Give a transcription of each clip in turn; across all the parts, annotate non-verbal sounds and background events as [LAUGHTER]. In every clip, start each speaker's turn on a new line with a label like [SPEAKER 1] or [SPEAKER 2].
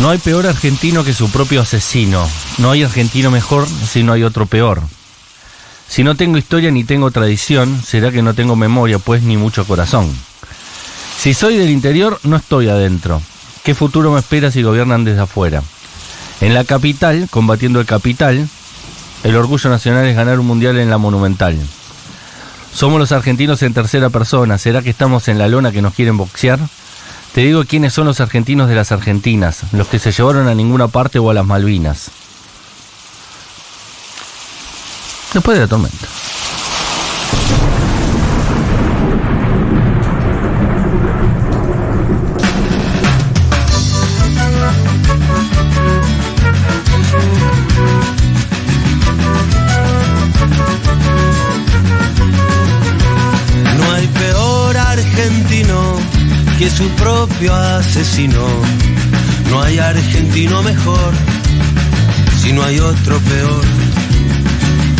[SPEAKER 1] No hay peor argentino que su propio asesino. No hay argentino mejor si no hay otro peor. Si no tengo historia ni tengo tradición, será que no tengo memoria, pues ni mucho corazón. Si soy del interior, no estoy adentro. ¿Qué futuro me espera si gobiernan desde afuera? En la capital, combatiendo el capital, el orgullo nacional es ganar un mundial en la monumental. Somos los argentinos en tercera persona. ¿Será que estamos en la lona que nos quieren boxear? Te digo quiénes son los argentinos de las Argentinas, los que se llevaron a ninguna parte o a las Malvinas. Después de la tormenta.
[SPEAKER 2] No hay peor argentino que su propio asesino. No hay argentino mejor, si no hay otro peor.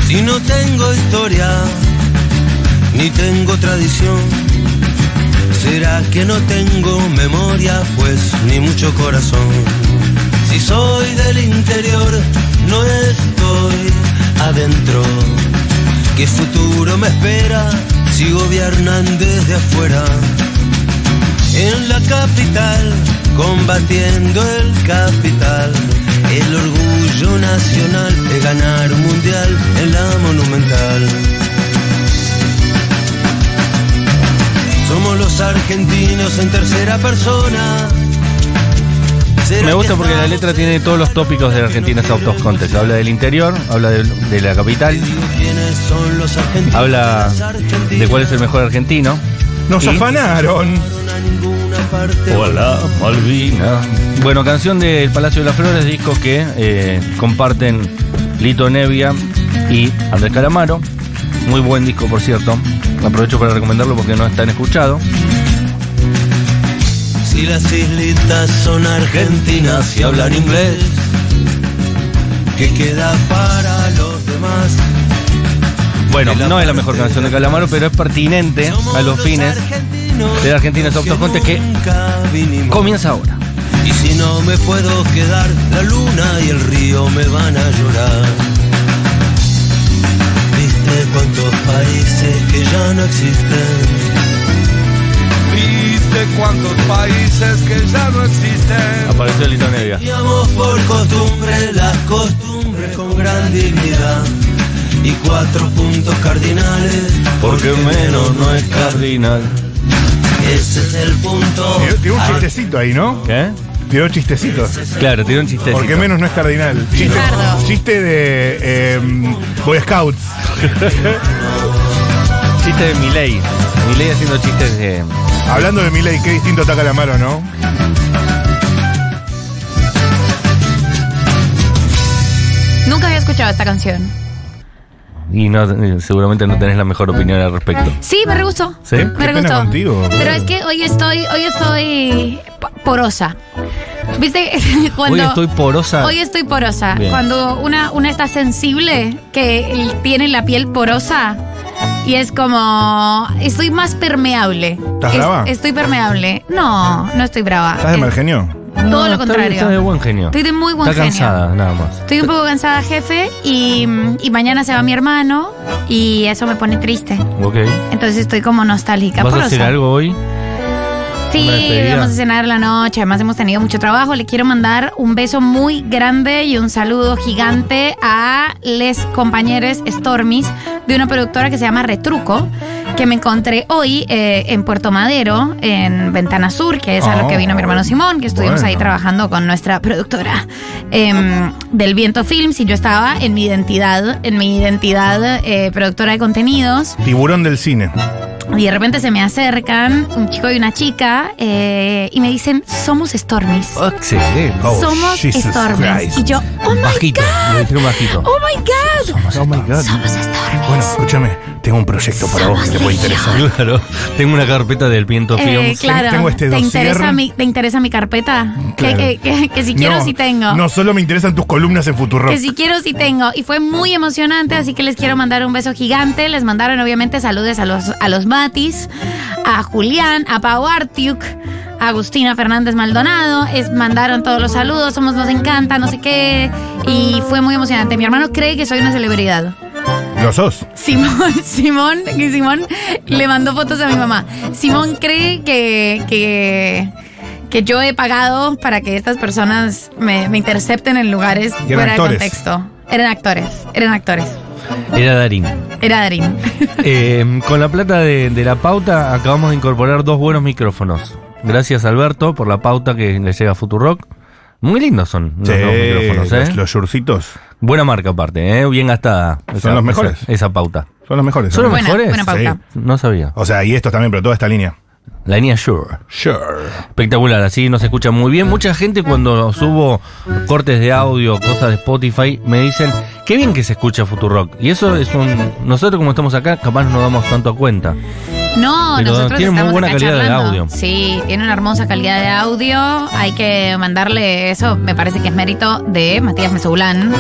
[SPEAKER 2] Si no tengo historia, ni tengo tradición, será que no tengo memoria, pues ni mucho corazón. Si soy del interior, no estoy adentro. ¿Qué futuro me espera si gobiernan desde afuera? En la capital, combatiendo el capital, el orgullo nacional de ganar un mundial en la monumental. Somos los argentinos en tercera persona. ¿Será
[SPEAKER 1] Me gusta
[SPEAKER 2] que
[SPEAKER 1] porque la
[SPEAKER 2] estamos
[SPEAKER 1] letra tiene todos los tópicos de la Argentina South of Contest. Habla del interior, habla de, de la capital,
[SPEAKER 2] Digo quiénes son los argentinos,
[SPEAKER 1] habla
[SPEAKER 2] las argentinas.
[SPEAKER 1] de cuál es el mejor argentino.
[SPEAKER 3] Nos
[SPEAKER 1] ¿Y?
[SPEAKER 3] afanaron.
[SPEAKER 2] fueron a ninguna parte.
[SPEAKER 1] Hola, Malvina. Bueno, canción del Palacio de las Flores, disco que eh, comparten Lito Nevia y Andrés Calamaro. Muy buen disco, por cierto. Aprovecho para recomendarlo porque no es tan escuchado.
[SPEAKER 2] Si las islitas son argentinas y hablan inglés, ¿qué queda para los demás?
[SPEAKER 1] Bueno, no es la mejor canción de Calamaro, pero es pertinente a los fines. de la Argentina Soft Top Contest que Comienza ahora.
[SPEAKER 2] Y si no me puedo quedar, la luna y el río me van a llorar. Viste cuántos países que ya no existen.
[SPEAKER 4] Viste cuántos países que ya no existen.
[SPEAKER 1] Apareció Lito Nevia.
[SPEAKER 2] Teníamos por costumbre las costumbres con gran dignidad y cuatro puntos cardinales. cardinal. Ese es el punto.
[SPEAKER 3] Tiró, tiró un
[SPEAKER 2] Ah,
[SPEAKER 3] chistecito ahí, ¿no?
[SPEAKER 1] ¿Qué?
[SPEAKER 3] Tiró chistecito.
[SPEAKER 1] Claro, tiró un chiste.
[SPEAKER 3] Porque menos no es cardinal. Chiste,
[SPEAKER 5] Ricardo.
[SPEAKER 3] chiste de em, Boy Scouts.
[SPEAKER 1] Chiste de Miley. Miley haciendo chistes de.
[SPEAKER 3] Hablando de Miley, qué distinto ataca la mano, ¿no?
[SPEAKER 5] Nunca había escuchado esta canción.
[SPEAKER 1] Y no, eh, seguramente no tenés la mejor opinión al respecto.
[SPEAKER 5] Sí, me re gustó.
[SPEAKER 1] ¿Sí?
[SPEAKER 5] Me
[SPEAKER 3] Qué
[SPEAKER 5] re
[SPEAKER 3] pena
[SPEAKER 5] gustó.
[SPEAKER 3] contigo,
[SPEAKER 5] Pero
[SPEAKER 3] boludo.
[SPEAKER 5] es que hoy estoy, hoy estoy po- porosa. ¿Viste? [LAUGHS] Cuando,
[SPEAKER 1] Hoy estoy porosa.
[SPEAKER 5] Hoy estoy porosa.
[SPEAKER 1] Bien.
[SPEAKER 5] Cuando una, una está sensible, que l- tiene la piel porosa y es como. Estoy más permeable.
[SPEAKER 3] ¿Estás
[SPEAKER 5] Es-
[SPEAKER 3] brava?
[SPEAKER 5] Estoy permeable. No, no estoy brava.
[SPEAKER 3] ¿Estás de mal genio?
[SPEAKER 5] Todo
[SPEAKER 1] Ah,
[SPEAKER 5] lo
[SPEAKER 1] está bien,
[SPEAKER 5] contrario.
[SPEAKER 1] Estás de buen genio.
[SPEAKER 5] Estoy de muy buen
[SPEAKER 1] Está
[SPEAKER 5] genio.
[SPEAKER 1] cansada, nada más.
[SPEAKER 5] Estoy un poco cansada, jefe, y, y mañana se va mi hermano y eso me pone triste.
[SPEAKER 1] Ok.
[SPEAKER 5] Entonces estoy como nostálgica.
[SPEAKER 1] ¿Vas a
[SPEAKER 5] porosa.
[SPEAKER 1] hacer algo hoy? Una
[SPEAKER 5] Sí,
[SPEAKER 1] despedida.
[SPEAKER 5] vamos a cenar la noche. Además, hemos tenido mucho trabajo. Le quiero mandar un beso muy grande y un saludo gigante a les compañeros Stormis de una productora que se llama Retruco, que me encontré hoy eh, en Puerto Madero, en Ventana Sur, que es a
[SPEAKER 1] Oh,
[SPEAKER 5] lo que vino mi hermano Simón, que estuvimos
[SPEAKER 3] Bueno.
[SPEAKER 5] ahí trabajando con nuestra productora em, del Viento Films. Y yo estaba en mi identidad, en mi identidad eh, productora de contenidos.
[SPEAKER 3] Tiburón del cine.
[SPEAKER 5] Y de repente se me acercan un chico y una chica eh, y me dicen, somos Stormies.
[SPEAKER 1] Excelente.
[SPEAKER 3] Oh,
[SPEAKER 5] somos
[SPEAKER 3] Jesus
[SPEAKER 5] Stormies.
[SPEAKER 3] Christ.
[SPEAKER 5] Y yo, oh my
[SPEAKER 1] Bajito. Le dijeron bajito.
[SPEAKER 5] God, oh my God,
[SPEAKER 3] Oh my
[SPEAKER 1] [LAUGHS]
[SPEAKER 3] God.
[SPEAKER 5] somos Stormies.
[SPEAKER 3] Bueno, escúchame, tengo un proyecto para vos que te puede interesar.
[SPEAKER 1] Claro. Tengo una carpeta del Piento
[SPEAKER 5] Eh,
[SPEAKER 1] Films.
[SPEAKER 5] claro,
[SPEAKER 3] tengo este
[SPEAKER 5] ¿Te,
[SPEAKER 3] dossier.
[SPEAKER 5] interesa mi, ¿te interesa mi carpeta?
[SPEAKER 3] Claro.
[SPEAKER 5] Que, que- que- que [LAUGHS] si quiero,
[SPEAKER 3] no,
[SPEAKER 5] sí tengo.
[SPEAKER 3] No, solo me interesan tus columnas en Futuro.
[SPEAKER 5] Que si quiero, sí tengo. Y fue muy emocionante, así que les quiero mandar un beso gigante. Les mandaron, obviamente, saludos a los, a los Matis, a Julián, a Pau Artiuk, Agustina Fernández Maldonado, es, mandaron todos los saludos, somos nos encanta, no sé qué, y fue muy emocionante. Mi hermano cree que soy una celebridad.
[SPEAKER 3] Lo sos.
[SPEAKER 5] Simón, [LAUGHS] Simón, que Simón le mandó fotos a mi mamá. Simón cree que, que, que yo he pagado para que estas personas me, me intercepten en lugares
[SPEAKER 3] Y eran
[SPEAKER 5] fuera
[SPEAKER 3] actores.
[SPEAKER 5] de contexto. Eran actores, eran actores.
[SPEAKER 1] Era Darín.
[SPEAKER 5] Era Darín. [LAUGHS]
[SPEAKER 1] Eh, con la plata de, de la pauta acabamos de incorporar dos buenos micrófonos. Gracias Alberto por la pauta que le llega a Futurock. Muy lindos son los
[SPEAKER 3] Sí,
[SPEAKER 1] nuevos micrófonos, ¿eh?
[SPEAKER 3] los, los yurcitos
[SPEAKER 1] Buena marca aparte, ¿eh? Bien gastada.
[SPEAKER 3] Son los mejores.
[SPEAKER 1] Esa, pauta.
[SPEAKER 3] son los mejores.
[SPEAKER 1] ¿Son
[SPEAKER 3] ¿no?
[SPEAKER 1] los
[SPEAKER 5] Buena,
[SPEAKER 1] mejores?
[SPEAKER 5] buena pauta.
[SPEAKER 3] Sí.
[SPEAKER 1] No sabía.
[SPEAKER 3] O sea, y estos también, pero toda esta línea.
[SPEAKER 1] La línea Shure.
[SPEAKER 3] Sure.
[SPEAKER 1] Espectacular, así nos escucha muy bien. Mucha gente cuando subo cortes de audio, cosas de Spotify, me dicen, qué bien que se escucha Futurock. Y eso es un... Nosotros como estamos acá, capaz no nos damos tanto a cuenta.
[SPEAKER 5] No,
[SPEAKER 1] Pero
[SPEAKER 5] nosotros
[SPEAKER 1] tiene muy
[SPEAKER 5] estamos
[SPEAKER 1] buena
[SPEAKER 5] acá
[SPEAKER 1] calidad de
[SPEAKER 5] charlando.
[SPEAKER 1] audio.
[SPEAKER 5] Sí, tiene una hermosa calidad de audio. Hay que mandarle eso, me parece que es mérito de Matías Mesoulán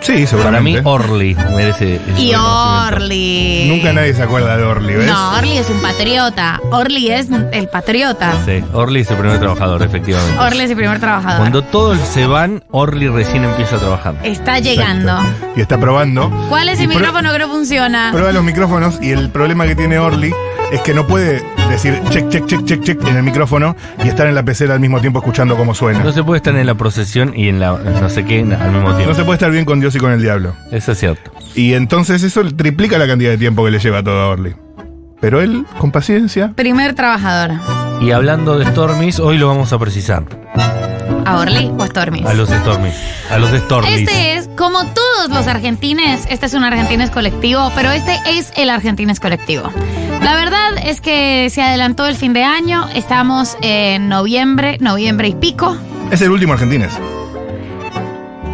[SPEAKER 3] Sí, seguramente.
[SPEAKER 1] Para mí, Orly merece... ese
[SPEAKER 5] y
[SPEAKER 1] reconocimiento.
[SPEAKER 5] Orly.
[SPEAKER 3] Nunca nadie se acuerda de Orly, ¿ves?
[SPEAKER 5] No, Orly es un patriota. Orly es el patriota.
[SPEAKER 1] Sí, Orly es el primer trabajador, efectivamente.
[SPEAKER 5] Orly es el primer trabajador.
[SPEAKER 1] Cuando todos se van, Orly recién empieza a trabajar.
[SPEAKER 5] Está llegando.
[SPEAKER 3] Exacto. Y está probando.
[SPEAKER 5] ¿Cuál es
[SPEAKER 3] Y
[SPEAKER 5] el
[SPEAKER 3] pro-
[SPEAKER 5] micrófono que no funciona?
[SPEAKER 3] Prueba los micrófonos y el problema que tiene Orly es que no puede decir check, check, check, check, check en el micrófono y estar en la pecera al mismo tiempo escuchando cómo suena.
[SPEAKER 1] No se puede estar en la procesión y en la no sé qué al mismo tiempo.
[SPEAKER 3] No se puede estar bien con Dios y con el diablo.
[SPEAKER 1] Eso es cierto.
[SPEAKER 3] Y entonces eso triplica la cantidad de tiempo que le lleva todo a Orly. Pero él, con paciencia,
[SPEAKER 5] Primer trabajador.
[SPEAKER 1] Y hablando de Stormis, hoy lo vamos a precisar.
[SPEAKER 5] ¿A Orly o a Stormy?
[SPEAKER 1] A los Stormis. A los Stormis.
[SPEAKER 5] Este es, como todos los argentines, este es un argentines colectivo, pero este es el argentines colectivo. La verdad es que se adelantó el fin de año, estamos en noviembre, noviembre y pico.
[SPEAKER 3] es el último argentines.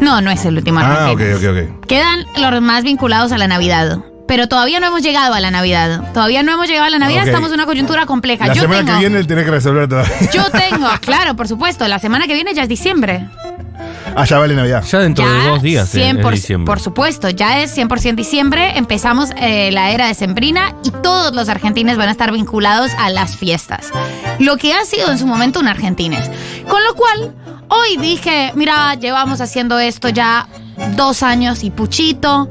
[SPEAKER 5] No, no es el último
[SPEAKER 3] Ah, ok,
[SPEAKER 5] Argentines.
[SPEAKER 3] ok, ok.
[SPEAKER 5] Quedan los más vinculados a la Navidad. Pero todavía no hemos llegado a la Navidad. Todavía no hemos llegado a la Navidad,
[SPEAKER 3] Ok.
[SPEAKER 5] estamos en una coyuntura compleja.
[SPEAKER 3] La
[SPEAKER 5] Ah, Yo
[SPEAKER 3] semana
[SPEAKER 5] tengo,
[SPEAKER 3] que viene él tiene que resolver todavía.
[SPEAKER 5] Yo tengo, claro, por supuesto, la semana que viene ya es diciembre.
[SPEAKER 3] [LAUGHS] Ah, ya vale Navidad.
[SPEAKER 1] Ya dentro de dos días, en,
[SPEAKER 5] 100%,
[SPEAKER 1] diciembre.
[SPEAKER 5] Por supuesto, ya es 100% diciembre, empezamos eh, la era decembrina y todos los argentines van a estar vinculados a las fiestas. Lo que ha sido en su momento un argentines. Con lo cual, hoy dije, mira, llevamos haciendo esto ya dos años y puchito.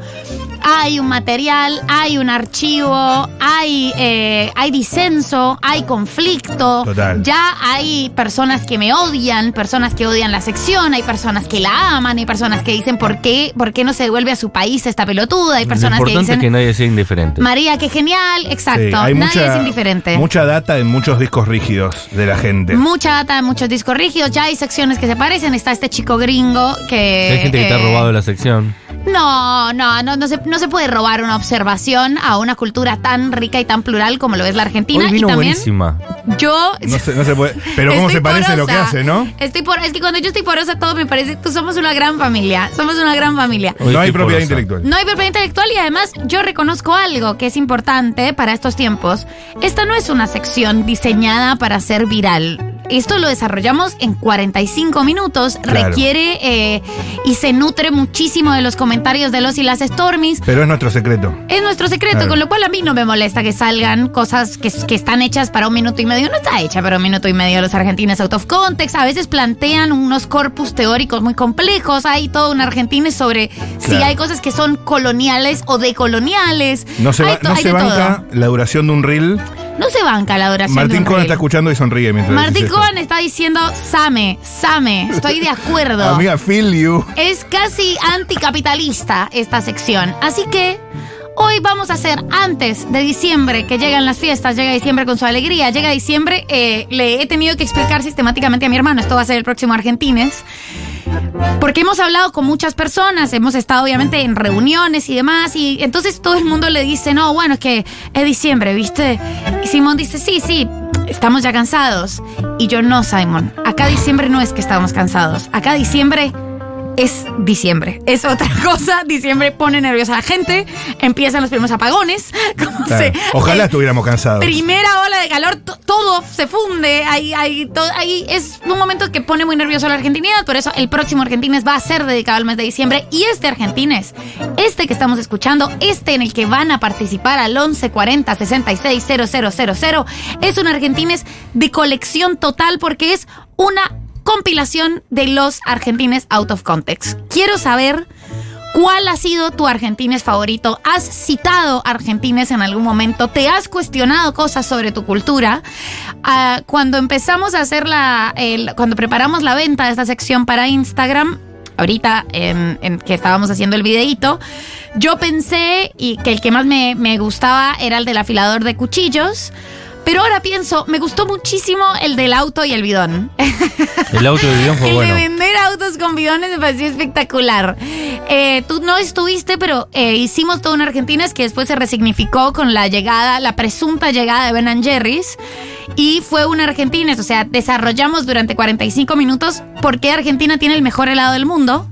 [SPEAKER 5] Hay un material, hay un archivo, hay, eh, hay disenso, hay conflicto.
[SPEAKER 3] Total.
[SPEAKER 5] Ya ya hay personas que me odian, personas que odian la sección, hay personas que la aman, hay personas que dicen por qué, por qué no se devuelve a su país esta pelotuda, hay
[SPEAKER 1] Lo
[SPEAKER 5] personas que
[SPEAKER 1] importante
[SPEAKER 5] dicen
[SPEAKER 1] es que nadie sea indiferente.
[SPEAKER 5] María, qué genial, exacto,
[SPEAKER 3] Sí,
[SPEAKER 5] nadie es indiferente.
[SPEAKER 3] Mucha data en muchos discos rígidos de la gente.
[SPEAKER 5] Mucha data, muchos discos rígidos, ya hay secciones que se parecen, está este chico gringo que...
[SPEAKER 1] Hay gente que te ha
[SPEAKER 5] eh,
[SPEAKER 1] robado la sección.
[SPEAKER 5] No, no, no, no se, no se puede robar una observación a una cultura tan rica y tan plural como lo es la Argentina.
[SPEAKER 1] Hoy vino
[SPEAKER 5] y también
[SPEAKER 1] buenísima.
[SPEAKER 5] yo
[SPEAKER 3] No se, no se puede. Pero cómo
[SPEAKER 5] Estoy
[SPEAKER 3] se parece lo que
[SPEAKER 5] porosa.
[SPEAKER 3] hace, ¿no?
[SPEAKER 5] Estoy por, es que cuando yo estoy porosa todo me parece, tú somos una gran familia, somos una gran familia.
[SPEAKER 1] Hoy
[SPEAKER 3] no hay
[SPEAKER 1] estoy
[SPEAKER 3] propiedad
[SPEAKER 1] porosa.
[SPEAKER 3] intelectual.
[SPEAKER 5] No hay propiedad intelectual y además yo reconozco algo que es importante para estos tiempos. Esta no es una sección diseñada para ser viral. Esto lo desarrollamos en 45 minutos,
[SPEAKER 3] Claro.
[SPEAKER 5] requiere eh, y se nutre muchísimo de los comentarios de los y las Stormies.
[SPEAKER 3] Pero es nuestro secreto.
[SPEAKER 5] Es nuestro secreto,
[SPEAKER 3] Claro.
[SPEAKER 5] con lo cual a mí no me molesta que salgan cosas que, que están hechas para un minuto y medio. No está hecha para un minuto y medio los argentines out of context. A veces plantean unos corpus teóricos muy complejos. Hay todo un argentines sobre si
[SPEAKER 3] Claro.
[SPEAKER 5] hay cosas que son coloniales o decoloniales.
[SPEAKER 3] No se,
[SPEAKER 5] Hay
[SPEAKER 3] ba-
[SPEAKER 5] to-
[SPEAKER 3] no
[SPEAKER 5] hay
[SPEAKER 3] se
[SPEAKER 5] de
[SPEAKER 3] banca la duración de un reel.
[SPEAKER 5] todo. No se banca la adoración. de
[SPEAKER 3] Martín
[SPEAKER 5] un
[SPEAKER 3] Cohen
[SPEAKER 5] rey.
[SPEAKER 3] está escuchando y sonríe mientras.
[SPEAKER 5] Martín
[SPEAKER 3] dices esto.
[SPEAKER 5] Cohen está diciendo, Same, Same, estoy
[SPEAKER 3] [LAUGHS]
[SPEAKER 5] de acuerdo.
[SPEAKER 3] Amiga, feel
[SPEAKER 5] [LAUGHS]
[SPEAKER 3] you.
[SPEAKER 5] Es casi anticapitalista esta sección. Así que hoy vamos a hacer antes de diciembre, que llegan las fiestas, llega diciembre con su alegría, llega diciembre, eh, le he tenido que explicar sistemáticamente a mi hermano, esto va a ser el próximo Argentines, porque hemos hablado con muchas personas, hemos estado obviamente en reuniones y demás, y entonces todo el mundo le dice, no, bueno, es que es diciembre, ¿viste? Y Simón dice, sí, sí. Estamos ya cansados. Y yo no, Simon. Acá diciembre no es que estamos cansados. Acá diciembre es diciembre. Es otra [LAUGHS] cosa. Diciembre pone nerviosa a la gente. Empiezan los primeros apagones. [LAUGHS] Como
[SPEAKER 3] Claro.
[SPEAKER 5] se-
[SPEAKER 3] Ojalá
[SPEAKER 5] eh,
[SPEAKER 3] estuviéramos cansados.
[SPEAKER 5] Primera ola de calor, to- todo se funde. Ahí, ahí, to- ahí es un momento que pone muy nervioso a la argentinidad. Por eso el próximo Argentines va a ser dedicado al mes de diciembre. Y este Argentines es este que estamos escuchando, este en el que van a participar al 1140 66 000, es un argentines de colección total porque es una compilación de los argentines out of context. Quiero saber cuál ha sido tu argentines favorito. ¿Has citado argentines en algún momento? ¿Te has cuestionado cosas sobre tu cultura? Ah, cuando empezamos a hacer la, el- cuando preparamos la venta de esta sección para Instagram, ahorita en, en que estábamos haciendo el videíto, yo pensé y que el que más me, me gustaba era el del afilador de cuchillos. Pero ahora pienso, me gustó muchísimo el del auto y el bidón.
[SPEAKER 1] El auto de
[SPEAKER 5] [LAUGHS]
[SPEAKER 1] guión fue
[SPEAKER 5] El de
[SPEAKER 1] bueno.
[SPEAKER 5] vender autos con bidones me pareció espectacular. Eh, tú no estuviste, pero eh, hicimos todo en Argentina, que después se resignificó con la llegada, la presunta llegada de Ben and Jerry's. Y fue un Argentina, o sea, desarrollamos durante 45 minutos por qué Argentina tiene el mejor helado del mundo.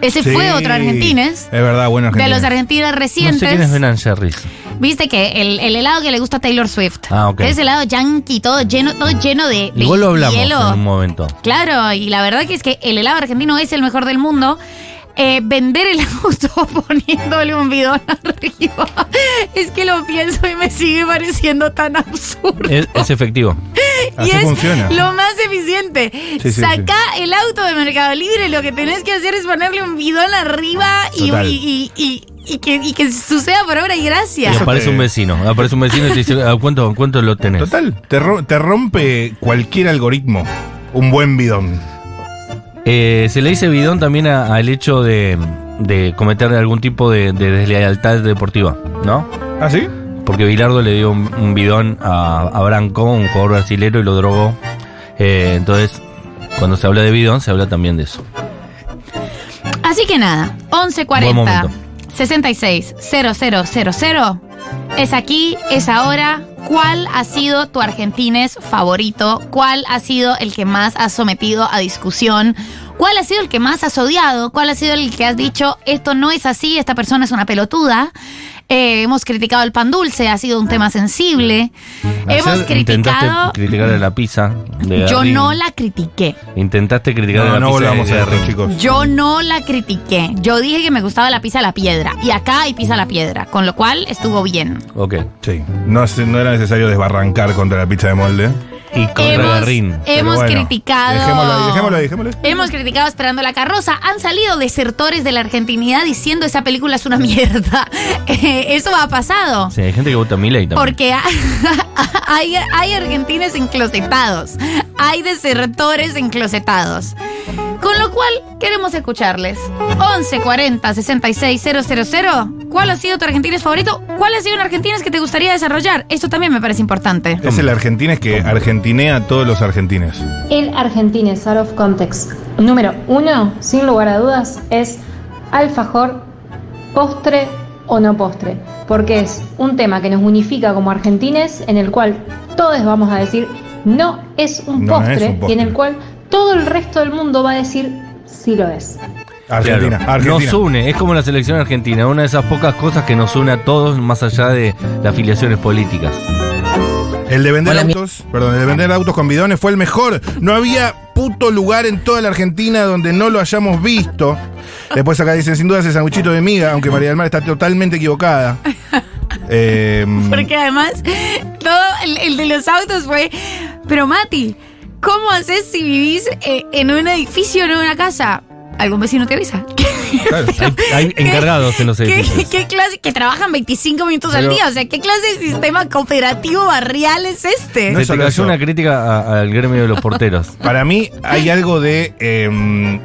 [SPEAKER 5] Ese fue otro Argentines.
[SPEAKER 3] Es verdad, bueno,
[SPEAKER 5] De
[SPEAKER 3] argentines.
[SPEAKER 5] los argentinos
[SPEAKER 1] No sé
[SPEAKER 5] recientes.
[SPEAKER 1] quién es Benan Jerry's.
[SPEAKER 5] Viste que el, el helado que le gusta a Taylor Swift.
[SPEAKER 1] Ah, ok.
[SPEAKER 5] Ese helado yankee, todo lleno, todo lleno de, de
[SPEAKER 1] Igual lo hablamos
[SPEAKER 5] hielo.
[SPEAKER 1] en un momento.
[SPEAKER 5] Claro, y la verdad que es que el helado argentino es el mejor del mundo. Eh, vender el auto [LAUGHS] poniéndole un bidón [LAUGHS] arriba. Es que lo pienso y me sigue pareciendo tan absurdo.
[SPEAKER 1] Es, es efectivo.
[SPEAKER 3] Así
[SPEAKER 5] y es
[SPEAKER 3] funciona.
[SPEAKER 5] lo más eficiente.
[SPEAKER 3] Sí, sí,
[SPEAKER 5] Saca el auto de Mercado Libre. Lo que tenés que hacer es ponerle un bidón arriba y,
[SPEAKER 3] Total.
[SPEAKER 5] y- y- y- y que, y que suceda por obra y gracia.
[SPEAKER 1] Y
[SPEAKER 3] Eso
[SPEAKER 1] aparece
[SPEAKER 3] te-
[SPEAKER 1] un vecino. Aparece un vecino y te dice, "¿A ¿cuánto, cuánto lo tenés?
[SPEAKER 3] Total, te, ro- te rompe cualquier algoritmo. Un buen bidón.
[SPEAKER 1] Eh, se le dice bidón también a- al hecho de, de cometer algún tipo de, de deslealtad deportiva, ¿no?
[SPEAKER 3] ¿Ah, sí?
[SPEAKER 1] Porque Bilardo le dio un, un bidón a, a Branco, un jugador brasilero, y lo drogó. Eh, entonces, cuando se habla de bidón, se habla también de eso.
[SPEAKER 5] Así que nada,
[SPEAKER 1] Buen
[SPEAKER 5] 1140
[SPEAKER 1] momento.
[SPEAKER 5] 66 000 es aquí, es ahora. ¿Cuál ha sido tu argentines favorito? ¿Cuál ha sido el que más has sometido a discusión? ¿Cuál ha sido el que más has odiado? ¿Cuál ha sido el que has dicho esto no es así, esta persona es una pelotuda? Eh, hemos criticado el pan dulce, ha sido un tema sensible. hemos
[SPEAKER 1] Ayer Intentaste
[SPEAKER 5] criticado.
[SPEAKER 1] criticar a la pizza. de
[SPEAKER 5] Yo
[SPEAKER 1] Gardín.
[SPEAKER 5] no la critiqué.
[SPEAKER 1] Intentaste criticar a
[SPEAKER 3] No,
[SPEAKER 1] la
[SPEAKER 3] no
[SPEAKER 1] pizza. de
[SPEAKER 3] volvamos a
[SPEAKER 1] Gardín.
[SPEAKER 3] esto, chicos.
[SPEAKER 5] Yo no la critiqué. Yo dije que me gustaba la pizza a la piedra. Y acá hay pizza a la piedra. Con lo cual estuvo bien.
[SPEAKER 1] Ok.
[SPEAKER 3] Sí. No, es- no era necesario desbarrancar contra la pizza de molde.
[SPEAKER 1] Y contra Garrín.
[SPEAKER 3] Pero
[SPEAKER 5] hemos
[SPEAKER 3] bueno,
[SPEAKER 5] criticado.
[SPEAKER 3] Dejémoslo ahí, dejémoslo ahí, dejémoslo ahí.
[SPEAKER 5] Hemos criticado Esperando la Carroza. Han salido desertores de la argentinidad diciendo esa película es una [LAUGHS] mierda. Eh, Eso ha pasado.
[SPEAKER 1] Sí, hay gente que vota a Milei también.
[SPEAKER 5] Porque ha- [LAUGHS] hay, hay argentines enclosetados. Hay desertores enclosetados. Con lo cual, queremos escucharles. 1140 000 ¿Cuál ha sido tu argentines favorito? ¿Cuál ha sido un argentines que te gustaría desarrollar? Esto también me parece importante.
[SPEAKER 3] Es el argentines que argentinea a todos los argentines.
[SPEAKER 6] El Argentines Out of Context número uno, sin lugar a dudas, es alfajor, postre o no postre, porque es un tema que nos unifica como argentines, en el cual todos vamos a decir no es un,
[SPEAKER 3] No es
[SPEAKER 6] postre,
[SPEAKER 3] un postre.
[SPEAKER 6] y en el cual todo el resto del mundo va a decir sí lo es.
[SPEAKER 3] Argentina,
[SPEAKER 1] Claro,
[SPEAKER 3] Argentina.
[SPEAKER 1] Nos une, es como la selección argentina, una de esas pocas cosas que nos une a todos más allá de las afiliaciones políticas.
[SPEAKER 3] El de vender autos, perdón, el de vender autos con bidones fue el mejor. No había puto lugar en toda la Argentina donde no lo hayamos visto. Después acá dicen, sin duda ese sanguchito de miga, aunque María del Mar está totalmente equivocada. Eh,
[SPEAKER 5] Porque además, todo el, el de los autos fue. Pero Mati, ¿cómo haces si vivís eh, en un edificio, no en una casa? Algún vecino te avisa.
[SPEAKER 3] claro.
[SPEAKER 1] Hay,
[SPEAKER 5] [LAUGHS]
[SPEAKER 1] hay encargados en los
[SPEAKER 5] ¿Qué, qué-
[SPEAKER 1] edificios.
[SPEAKER 5] qué clase? Que trabajan 25 minutos al
[SPEAKER 3] Pero-
[SPEAKER 5] día. O sea, ¿qué clase de sistema cooperativo barrial es este?
[SPEAKER 3] No
[SPEAKER 1] Se te
[SPEAKER 3] solo eso.
[SPEAKER 1] cayó una crítica a- al gremio de los porteros.
[SPEAKER 3] Para mí hay algo de eh,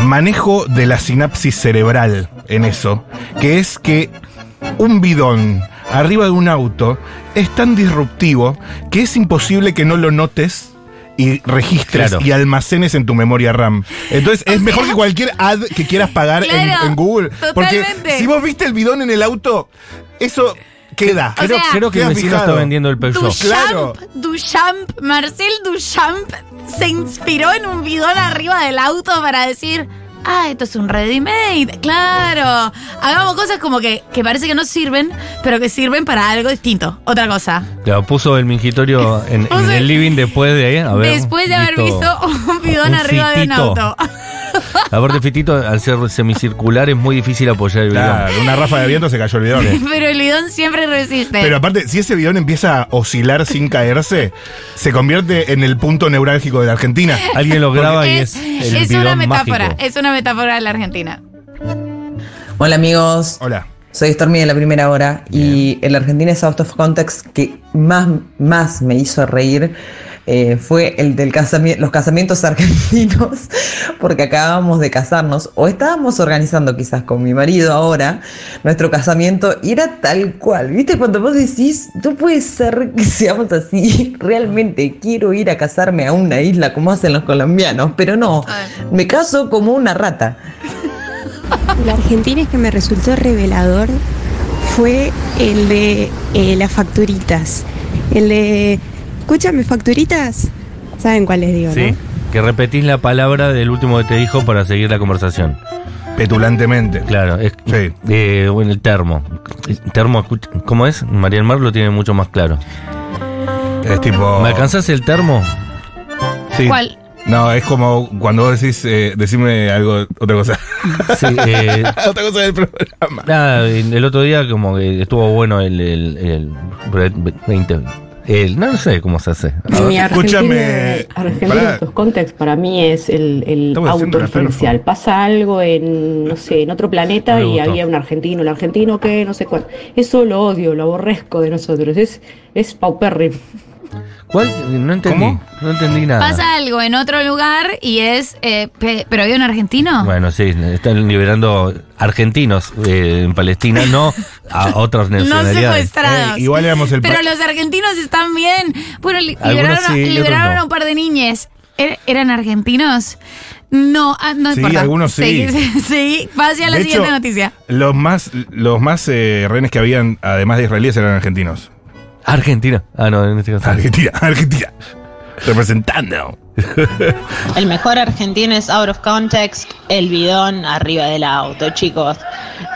[SPEAKER 3] manejo de la sinapsis cerebral en eso, que es que un bidón arriba de un auto es tan disruptivo que es imposible que no lo notes. Y registres
[SPEAKER 1] Claro.
[SPEAKER 3] y almacenes en tu memoria RAM. Entonces, es mejor que cualquier ad que quieras pagar en-
[SPEAKER 5] Claro,
[SPEAKER 3] en, Google. Porque
[SPEAKER 5] totalmente.
[SPEAKER 3] si vos viste el bidón en el auto, eso queda.
[SPEAKER 5] O
[SPEAKER 1] Creo,
[SPEAKER 5] sea-
[SPEAKER 1] creo que el
[SPEAKER 3] Queda
[SPEAKER 1] vecino
[SPEAKER 3] fijado.
[SPEAKER 1] está vendiendo el Peugeot.
[SPEAKER 5] Duchamp,
[SPEAKER 3] Claro.
[SPEAKER 5] Duchamp, Marcel Duchamp se inspiró en un bidón arriba del auto para decir. Ah, esto es un ready-made. Claro. Hagamos cosas como que, que parece que no sirven, pero que sirven para algo distinto. Otra cosa.
[SPEAKER 1] Claro, puso el mingitorio en, en
[SPEAKER 5] Puse-
[SPEAKER 1] el living después de, a ver,
[SPEAKER 5] Después de haber
[SPEAKER 1] visto-
[SPEAKER 5] visto un bidón
[SPEAKER 1] un
[SPEAKER 5] arriba de un
[SPEAKER 1] fitito.
[SPEAKER 5] auto.
[SPEAKER 1] Aparte, Fitito, al ser semicircular es muy difícil apoyar el bidón.
[SPEAKER 3] Claro, una rafa de viento se cayó el bidón. eh.
[SPEAKER 5] [LAUGHS] Pero el bidón siempre resiste.
[SPEAKER 3] Pero aparte, si ese bidón empieza a oscilar sin caerse, se convierte en el punto neurálgico de la Argentina.
[SPEAKER 1] Alguien lo graba y
[SPEAKER 5] es,
[SPEAKER 1] es el
[SPEAKER 5] es
[SPEAKER 1] bidón
[SPEAKER 5] una metáfora,
[SPEAKER 1] mágico.
[SPEAKER 5] es una metáfora de la Argentina.
[SPEAKER 7] Hola amigos,
[SPEAKER 3] Hola.
[SPEAKER 7] soy Stormy de la primera hora y el Argentina es Out of Context que más, más me hizo reír eh, fue el de los casamientos argentinos [LAUGHS] porque acabábamos de casarnos o estábamos organizando quizás con mi marido ahora nuestro casamiento y era tal cual, ¿viste? Cuando vos decís, no puede ser que [LAUGHS] seamos así, realmente quiero ir a casarme a una isla como hacen los colombianos, pero no, me caso como una rata.
[SPEAKER 8] La Argentina es que me resultó revelador fue el de eh, las facturitas. El de, escúchame, facturitas. ¿Saben cuál les digo,
[SPEAKER 1] Sí,
[SPEAKER 8] no?
[SPEAKER 1] que repetís la palabra del último que te dijo para seguir la conversación.
[SPEAKER 3] Petulantemente.
[SPEAKER 1] Claro, es
[SPEAKER 3] Sí.
[SPEAKER 1] eh, bueno, el termo. El termo, escucha- ¿cómo es? María del Mar lo tiene mucho más claro.
[SPEAKER 3] Es tipo.
[SPEAKER 1] ¿Me alcanzas el termo?
[SPEAKER 3] Sí.
[SPEAKER 5] ¿Cuál?
[SPEAKER 3] No, es como cuando vos decís, eh, decime algo, otra cosa. [LAUGHS]
[SPEAKER 1] Sí, eh,
[SPEAKER 3] otra cosa del programa.
[SPEAKER 1] Nada, el el otro día como que estuvo bueno el, el, el, el 20. el- no sé cómo se hace. A ver.
[SPEAKER 9] Mi Argentina-
[SPEAKER 3] Escúchame,
[SPEAKER 9] Argentina
[SPEAKER 3] pará.
[SPEAKER 9] en estos contextos para mí es el, el
[SPEAKER 3] Estamos haciendo la
[SPEAKER 9] autorreferencial. Pasa algo en, no sé, en otro planeta
[SPEAKER 1] Me
[SPEAKER 9] y
[SPEAKER 1] gustó.
[SPEAKER 9] había un argentino, el argentino que no sé cuánto. Eso lo odio, lo aborrezco de nosotros. Es, es paupérrimo.
[SPEAKER 1] ¿Cuál? No entendí.
[SPEAKER 3] ¿Cómo?
[SPEAKER 1] No entendí nada.
[SPEAKER 5] Pasa algo en otro lugar y es, eh, pe- pero hay un argentino.
[SPEAKER 1] Bueno, sí, están liberando argentinos eh, en Palestina, no a otras
[SPEAKER 5] [LAUGHS] no
[SPEAKER 1] nacionalidades.
[SPEAKER 5] secuestrados.
[SPEAKER 3] Ey, Eh, igual éramos el pa-
[SPEAKER 5] Pero los argentinos están bien. Bueno, li-
[SPEAKER 1] Algunos
[SPEAKER 5] liberaron, a-
[SPEAKER 1] sí, y otros
[SPEAKER 5] liberaron
[SPEAKER 1] no.
[SPEAKER 5] a un par de niñas. Er- ¿Eran argentinos? No, ah, no
[SPEAKER 3] Sí,
[SPEAKER 5] importa.
[SPEAKER 3] algunos sí.
[SPEAKER 5] [LAUGHS] Sí, sí. Pase a la
[SPEAKER 3] De
[SPEAKER 5] siguiente
[SPEAKER 3] hecho,
[SPEAKER 5] noticia.
[SPEAKER 3] Los más, los más eh, rehenes que habían, además de israelíes, eran argentinos.
[SPEAKER 1] Argentina. Ah, no, en este caso.
[SPEAKER 3] Argentina, [LAUGHS] Argentina. Representando.
[SPEAKER 10] El mejor argentino es Out of Context, el bidón arriba del auto, chicos.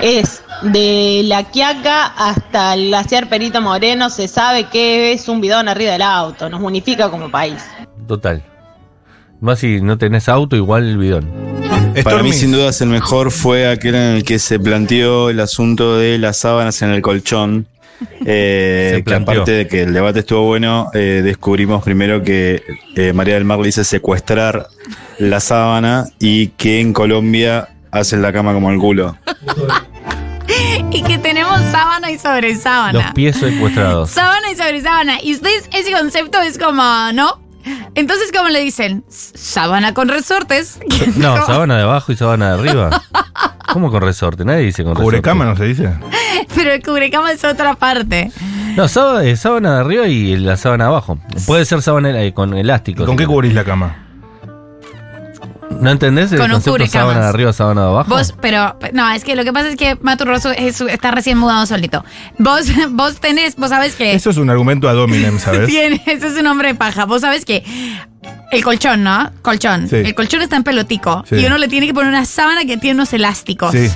[SPEAKER 10] Es de la Quiaca hasta el glaciar Perito Moreno, se sabe que es un bidón arriba del auto, nos unifica como país.
[SPEAKER 1] Total. Más si no tenés auto, igual el bidón.
[SPEAKER 11] Para mí,
[SPEAKER 3] Stormy.
[SPEAKER 11] sin dudas, el mejor fue aquel en el que se planteó el asunto de las sábanas en
[SPEAKER 1] [LAUGHS]
[SPEAKER 11] el colchón. Eh,
[SPEAKER 1] Se
[SPEAKER 11] que
[SPEAKER 1] planteó.
[SPEAKER 11] aparte de que el debate estuvo bueno, eh, descubrimos primero que eh, María del Mar le dice secuestrar la sábana y que en Colombia hacen la cama como el culo.
[SPEAKER 5] Y que tenemos sábana y sobre
[SPEAKER 1] Los
[SPEAKER 5] sábana.
[SPEAKER 1] pies
[SPEAKER 5] [LAUGHS]
[SPEAKER 1] secuestrados.
[SPEAKER 5] Sábana y sobre sábana. Y ustedes, ese concepto es como, ¿no? Entonces, ¿cómo le dicen? S- Sábana
[SPEAKER 1] [LAUGHS]
[SPEAKER 5] con resortes.
[SPEAKER 1] No, sábana de abajo y sábana de arriba. ¿Cómo con resorte? Nadie dice con resorte.
[SPEAKER 3] Cubrecama, ¿no se dice?
[SPEAKER 5] Pero el cubrecama es otra parte.
[SPEAKER 1] No, sábana, eh, sábana de arriba y la sábana de abajo. Puede ser sábana eh, con
[SPEAKER 3] ¿Y
[SPEAKER 1] elástico.
[SPEAKER 3] con
[SPEAKER 1] si
[SPEAKER 3] qué
[SPEAKER 1] no.
[SPEAKER 3] cubrís la cama?
[SPEAKER 1] ¿No entendés el
[SPEAKER 5] Con un
[SPEAKER 1] concepto
[SPEAKER 5] cubrecamas.
[SPEAKER 1] sábana de arriba, sábana de abajo?
[SPEAKER 5] Vos, pero, no, es que lo que pasa es que Maturroso es- está recién mudado solito. Vos, [LAUGHS] vos tenés, vos sabés que.
[SPEAKER 3] Eso es un argumento a
[SPEAKER 5] [LAUGHS]
[SPEAKER 3] Dominem, ¿sabes?
[SPEAKER 5] Tiene, ese es un hombre de paja. Vos sabés que el colchón, ¿no? Colchón.
[SPEAKER 3] Sí.
[SPEAKER 5] El colchón está en pelotico.
[SPEAKER 3] Sí.
[SPEAKER 5] Y uno le tiene que poner una sábana que tiene unos elásticos.
[SPEAKER 3] Sí.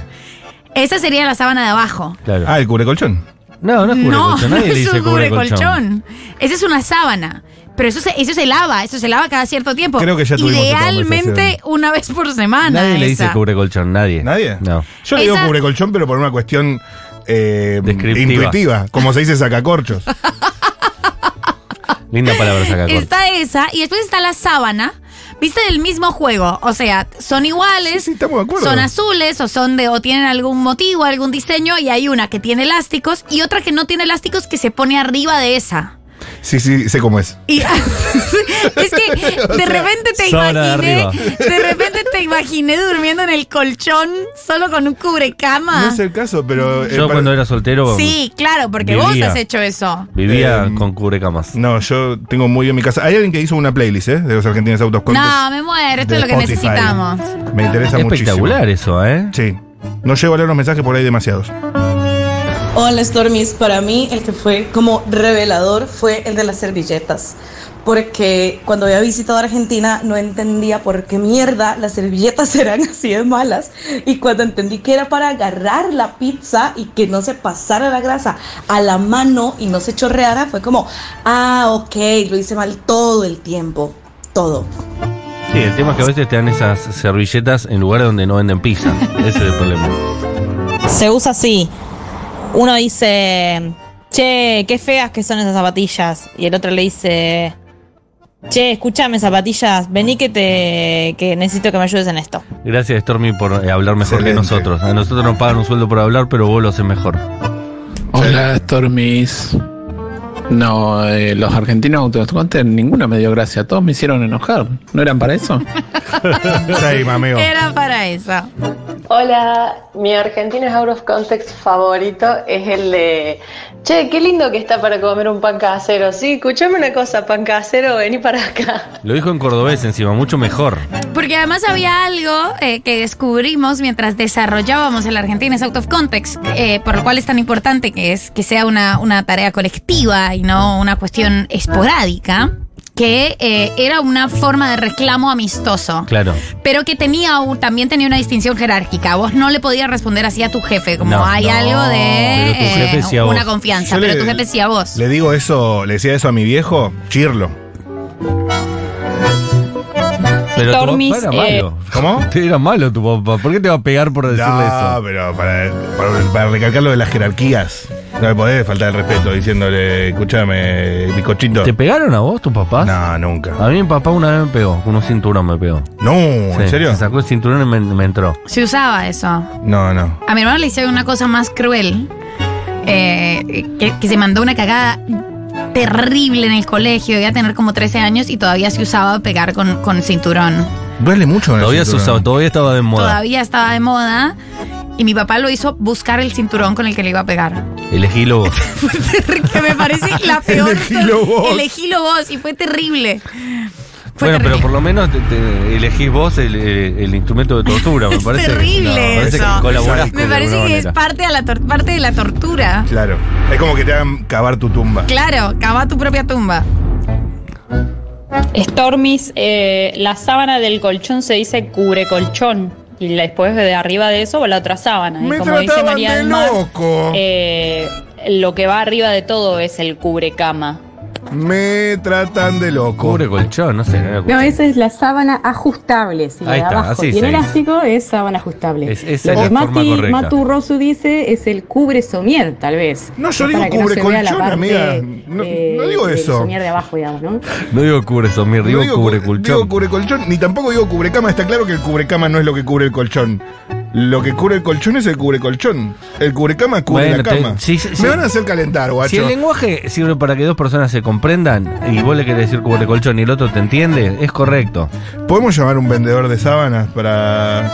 [SPEAKER 5] Esa sería la sábana de abajo.
[SPEAKER 1] Claro.
[SPEAKER 3] Ah, el cubrecolchón.
[SPEAKER 1] no, no es cubre
[SPEAKER 5] No, [LAUGHS]
[SPEAKER 1] colchón.
[SPEAKER 5] no
[SPEAKER 1] Nadie le
[SPEAKER 5] es
[SPEAKER 1] dice
[SPEAKER 5] un
[SPEAKER 1] cubre
[SPEAKER 5] cubre
[SPEAKER 1] colchón.
[SPEAKER 5] colchón. Esa es una sábana. Pero eso se, eso se lava, eso se lava cada cierto tiempo.
[SPEAKER 3] Creo que ya tuvimos esta
[SPEAKER 5] Idealmente
[SPEAKER 3] conversación.
[SPEAKER 5] una vez por semana.
[SPEAKER 1] Nadie le dice
[SPEAKER 5] esa.
[SPEAKER 1] cubre colchón, nadie.
[SPEAKER 3] ¿Nadie?
[SPEAKER 1] No.
[SPEAKER 3] Yo le digo
[SPEAKER 5] Esa-
[SPEAKER 3] cubrecolchón, pero por una cuestión eh,
[SPEAKER 1] Descriptiva.
[SPEAKER 3] intuitiva. Como se dice
[SPEAKER 5] [LAUGHS]
[SPEAKER 3] sacacorchos.
[SPEAKER 5] Ah,
[SPEAKER 1] Linda palabra saca corta.
[SPEAKER 5] Está esa y después está la sábana. Viste del mismo juego, o sea, son iguales,
[SPEAKER 3] Sí, sí, estamos de acuerdo.
[SPEAKER 5] son azules o son de o tienen algún motivo, algún diseño y hay una que tiene elásticos y otra que no tiene elásticos que se pone arriba de esa.
[SPEAKER 3] Sí, sí, sé cómo es.
[SPEAKER 5] Y [LAUGHS] es
[SPEAKER 3] [LAUGHS]
[SPEAKER 5] que de repente te
[SPEAKER 1] sábana de
[SPEAKER 5] imaginé,
[SPEAKER 1] arriba.
[SPEAKER 5] de repente te imaginé durmiendo en el colchón solo con un cubrecama.
[SPEAKER 3] No es el caso, pero. eh,
[SPEAKER 1] Yo
[SPEAKER 3] para-
[SPEAKER 1] cuando era soltero
[SPEAKER 5] Sí, claro, porque vos
[SPEAKER 1] Vivía.
[SPEAKER 5] has hecho eso.
[SPEAKER 1] vivía
[SPEAKER 3] Eh,
[SPEAKER 1] con cubrecamas.
[SPEAKER 3] No, yo tengo muy en mi casa. Hay alguien que hizo una playlist, ¿eh? De los argentinos autos Contest
[SPEAKER 5] No, me muero, esto
[SPEAKER 3] de
[SPEAKER 5] es lo que
[SPEAKER 3] Spotify.
[SPEAKER 5] necesitamos.
[SPEAKER 3] Me interesa
[SPEAKER 1] Espectacular eso, ¿eh?
[SPEAKER 3] muchísimo. Sí. No llego a leer los mensajes por ahí
[SPEAKER 5] [LAUGHS]
[SPEAKER 3] demasiados.
[SPEAKER 10] Hola Stormis, para mí el que fue como revelador fue el de las servilletas, porque cuando había visitado Argentina no entendía por qué mierda las servilletas [LAUGHS] eran así de malas y cuando entendí que era para agarrar la pizza y que no se pasara la grasa a la mano y no se chorreara, fue como, ah, ok, lo hice mal todo el tiempo, todo.
[SPEAKER 1] Sí, el tema es que a veces te dan esas servilletas en lugares donde no venden pizza. [LAUGHS] Ese es el problema.
[SPEAKER 12] Se usa así. Uno dice, che, qué feas que son esas zapatillas. Y el otro le dice, che, escúchame zapatillas, vení que te que necesito que me ayudes en esto.
[SPEAKER 1] Gracias, Stormy, por eh, hablar mejor que nosotros. A nosotros nos pagan un sueldo por hablar, pero vos lo haces mejor.
[SPEAKER 13] Hola, Stormis. No, eh, los argentinos autodescontes ninguna me dio gracia. Todos me hicieron enojar. ¿No eran para eso?
[SPEAKER 3] Sí, mameo.
[SPEAKER 5] Era para eso.
[SPEAKER 14] Hola, mi Argentina's Out of Context favorito es el de. Che, qué lindo que está para comer un pan casero. Sí, escuchame una cosa, pan casero, vení para acá.
[SPEAKER 1] Lo dijo en cordobés encima, mucho mejor.
[SPEAKER 5] Porque además había algo eh, que descubrimos mientras desarrollábamos el Argentina es Out of Context, eh, por lo cual es tan importante que es que sea una, una tarea colectiva y no una cuestión esporádica, que eh, era una forma de reclamo amistoso.
[SPEAKER 1] Claro.
[SPEAKER 5] Pero que tenía un- también tenía una distinción jerárquica. Vos no le podías responder así a tu jefe, como
[SPEAKER 3] No,
[SPEAKER 5] hay
[SPEAKER 3] no,
[SPEAKER 5] algo de
[SPEAKER 3] pero tu jefe
[SPEAKER 5] eh,
[SPEAKER 3] sí a
[SPEAKER 5] una
[SPEAKER 3] vos.
[SPEAKER 5] confianza,
[SPEAKER 3] Yo
[SPEAKER 5] pero
[SPEAKER 3] le-
[SPEAKER 5] tu jefe sí a vos.
[SPEAKER 3] Le digo eso, le decía eso a mi viejo, chirlo.
[SPEAKER 1] Pero tu papá era
[SPEAKER 5] eh,
[SPEAKER 1] malo.
[SPEAKER 3] ¿Cómo?
[SPEAKER 1] Era malo tu papá. ¿Por qué te va a pegar por decirle
[SPEAKER 3] no,
[SPEAKER 1] eso?
[SPEAKER 3] pero para, para- para recalcar lo de las jerarquías. No me podés faltar el respeto diciéndole, escúchame, bizcochito.
[SPEAKER 1] ¿Te Ah. pegaron a vos, tu papá?
[SPEAKER 3] No, nunca.
[SPEAKER 1] A mí mi papá una vez me pegó, con un cinturón me pegó.
[SPEAKER 3] No, ¿en serio?
[SPEAKER 1] Se sacó el cinturón y me, me entró.
[SPEAKER 5] Se usaba eso.
[SPEAKER 3] No, no.
[SPEAKER 5] A mi hermano le hicieron una cosa más cruel, eh, que, que se mandó una cagada terrible en el colegio, iba a tener como 13 años y todavía se usaba pegar con, con cinturón.
[SPEAKER 3] Duele mucho. en el
[SPEAKER 1] Todavía se
[SPEAKER 3] cinturón.
[SPEAKER 1] usaba, todavía estaba de moda.
[SPEAKER 5] Todavía estaba de moda y mi papá lo hizo buscar el cinturón con el que le iba a pegar. [LAUGHS]
[SPEAKER 1] Elegílo vos.
[SPEAKER 5] que me parece
[SPEAKER 1] [LAUGHS]
[SPEAKER 5] la peor.
[SPEAKER 1] Elegilo vos.
[SPEAKER 5] Elegilo vos y fue terrible. Fue
[SPEAKER 1] bueno,
[SPEAKER 5] terrible.
[SPEAKER 1] pero por lo menos te, te elegís vos el, el- el instrumento de tortura, me parece. que-
[SPEAKER 5] terrible
[SPEAKER 1] me parece
[SPEAKER 5] eso.
[SPEAKER 1] que colaborás
[SPEAKER 5] Me
[SPEAKER 1] de
[SPEAKER 5] parece
[SPEAKER 1] alguna
[SPEAKER 5] que es
[SPEAKER 1] manera.
[SPEAKER 5] parte, a la tor- parte de la tortura.
[SPEAKER 3] Claro. Es como que te hagan cavar tu tumba.
[SPEAKER 5] Claro, cava tu propia tumba.
[SPEAKER 15] Stormis, eh, la sábana del colchón se dice cubre colchón. Y después de arriba de eso, la otra sábana.
[SPEAKER 3] Me
[SPEAKER 15] y como dice
[SPEAKER 3] trataban
[SPEAKER 15] María
[SPEAKER 3] de
[SPEAKER 15] del Mar,
[SPEAKER 3] loco.
[SPEAKER 15] eh, lo que va arriba de todo es el cubre cama.
[SPEAKER 3] Me tratan de loco.
[SPEAKER 1] Pobre colchón, no sé. no
[SPEAKER 9] No,
[SPEAKER 1] era-
[SPEAKER 9] esa es la sábana ajustable. Si la
[SPEAKER 1] Ahí
[SPEAKER 9] de
[SPEAKER 1] está,
[SPEAKER 9] abajo
[SPEAKER 1] así
[SPEAKER 9] tiene
[SPEAKER 1] se dice.
[SPEAKER 9] elástico, es sábana ajustable.
[SPEAKER 1] Es- esa
[SPEAKER 9] Lo
[SPEAKER 1] es
[SPEAKER 9] que
[SPEAKER 1] la forma
[SPEAKER 9] Mati-
[SPEAKER 1] correcta.
[SPEAKER 9] Matu Rosu dice es el cubre somier, tal vez.
[SPEAKER 3] No,
[SPEAKER 1] yo
[SPEAKER 9] Es
[SPEAKER 1] digo
[SPEAKER 9] para que
[SPEAKER 1] cubre
[SPEAKER 9] se vea la
[SPEAKER 1] colchón,
[SPEAKER 9] parte,
[SPEAKER 1] amiga. No-
[SPEAKER 9] eh,
[SPEAKER 3] no digo
[SPEAKER 9] del
[SPEAKER 3] eso.
[SPEAKER 9] somier de abajo, digamos, ¿no?
[SPEAKER 1] No digo cubre sombrero, digo,
[SPEAKER 3] digo
[SPEAKER 1] cubre
[SPEAKER 3] cu-
[SPEAKER 1] colchón.
[SPEAKER 3] Digo cubre colchón, ni tampoco digo cubre cama. Está claro que el cubre cama no es lo que cubre el colchón. Lo que cubre el colchón es el cubre colchón. El cubre cama cubre
[SPEAKER 1] Bueno,
[SPEAKER 3] la
[SPEAKER 1] te-
[SPEAKER 3] cama.
[SPEAKER 1] sí, sí,
[SPEAKER 3] Me
[SPEAKER 1] sí.
[SPEAKER 3] van a hacer calentar, guacho.
[SPEAKER 1] Si el lenguaje sirve para que dos personas se comprendan y vos le querés decir cubre colchón y el otro te entiende, es correcto.
[SPEAKER 3] ¿Podemos llamar un vendedor de sábanas para.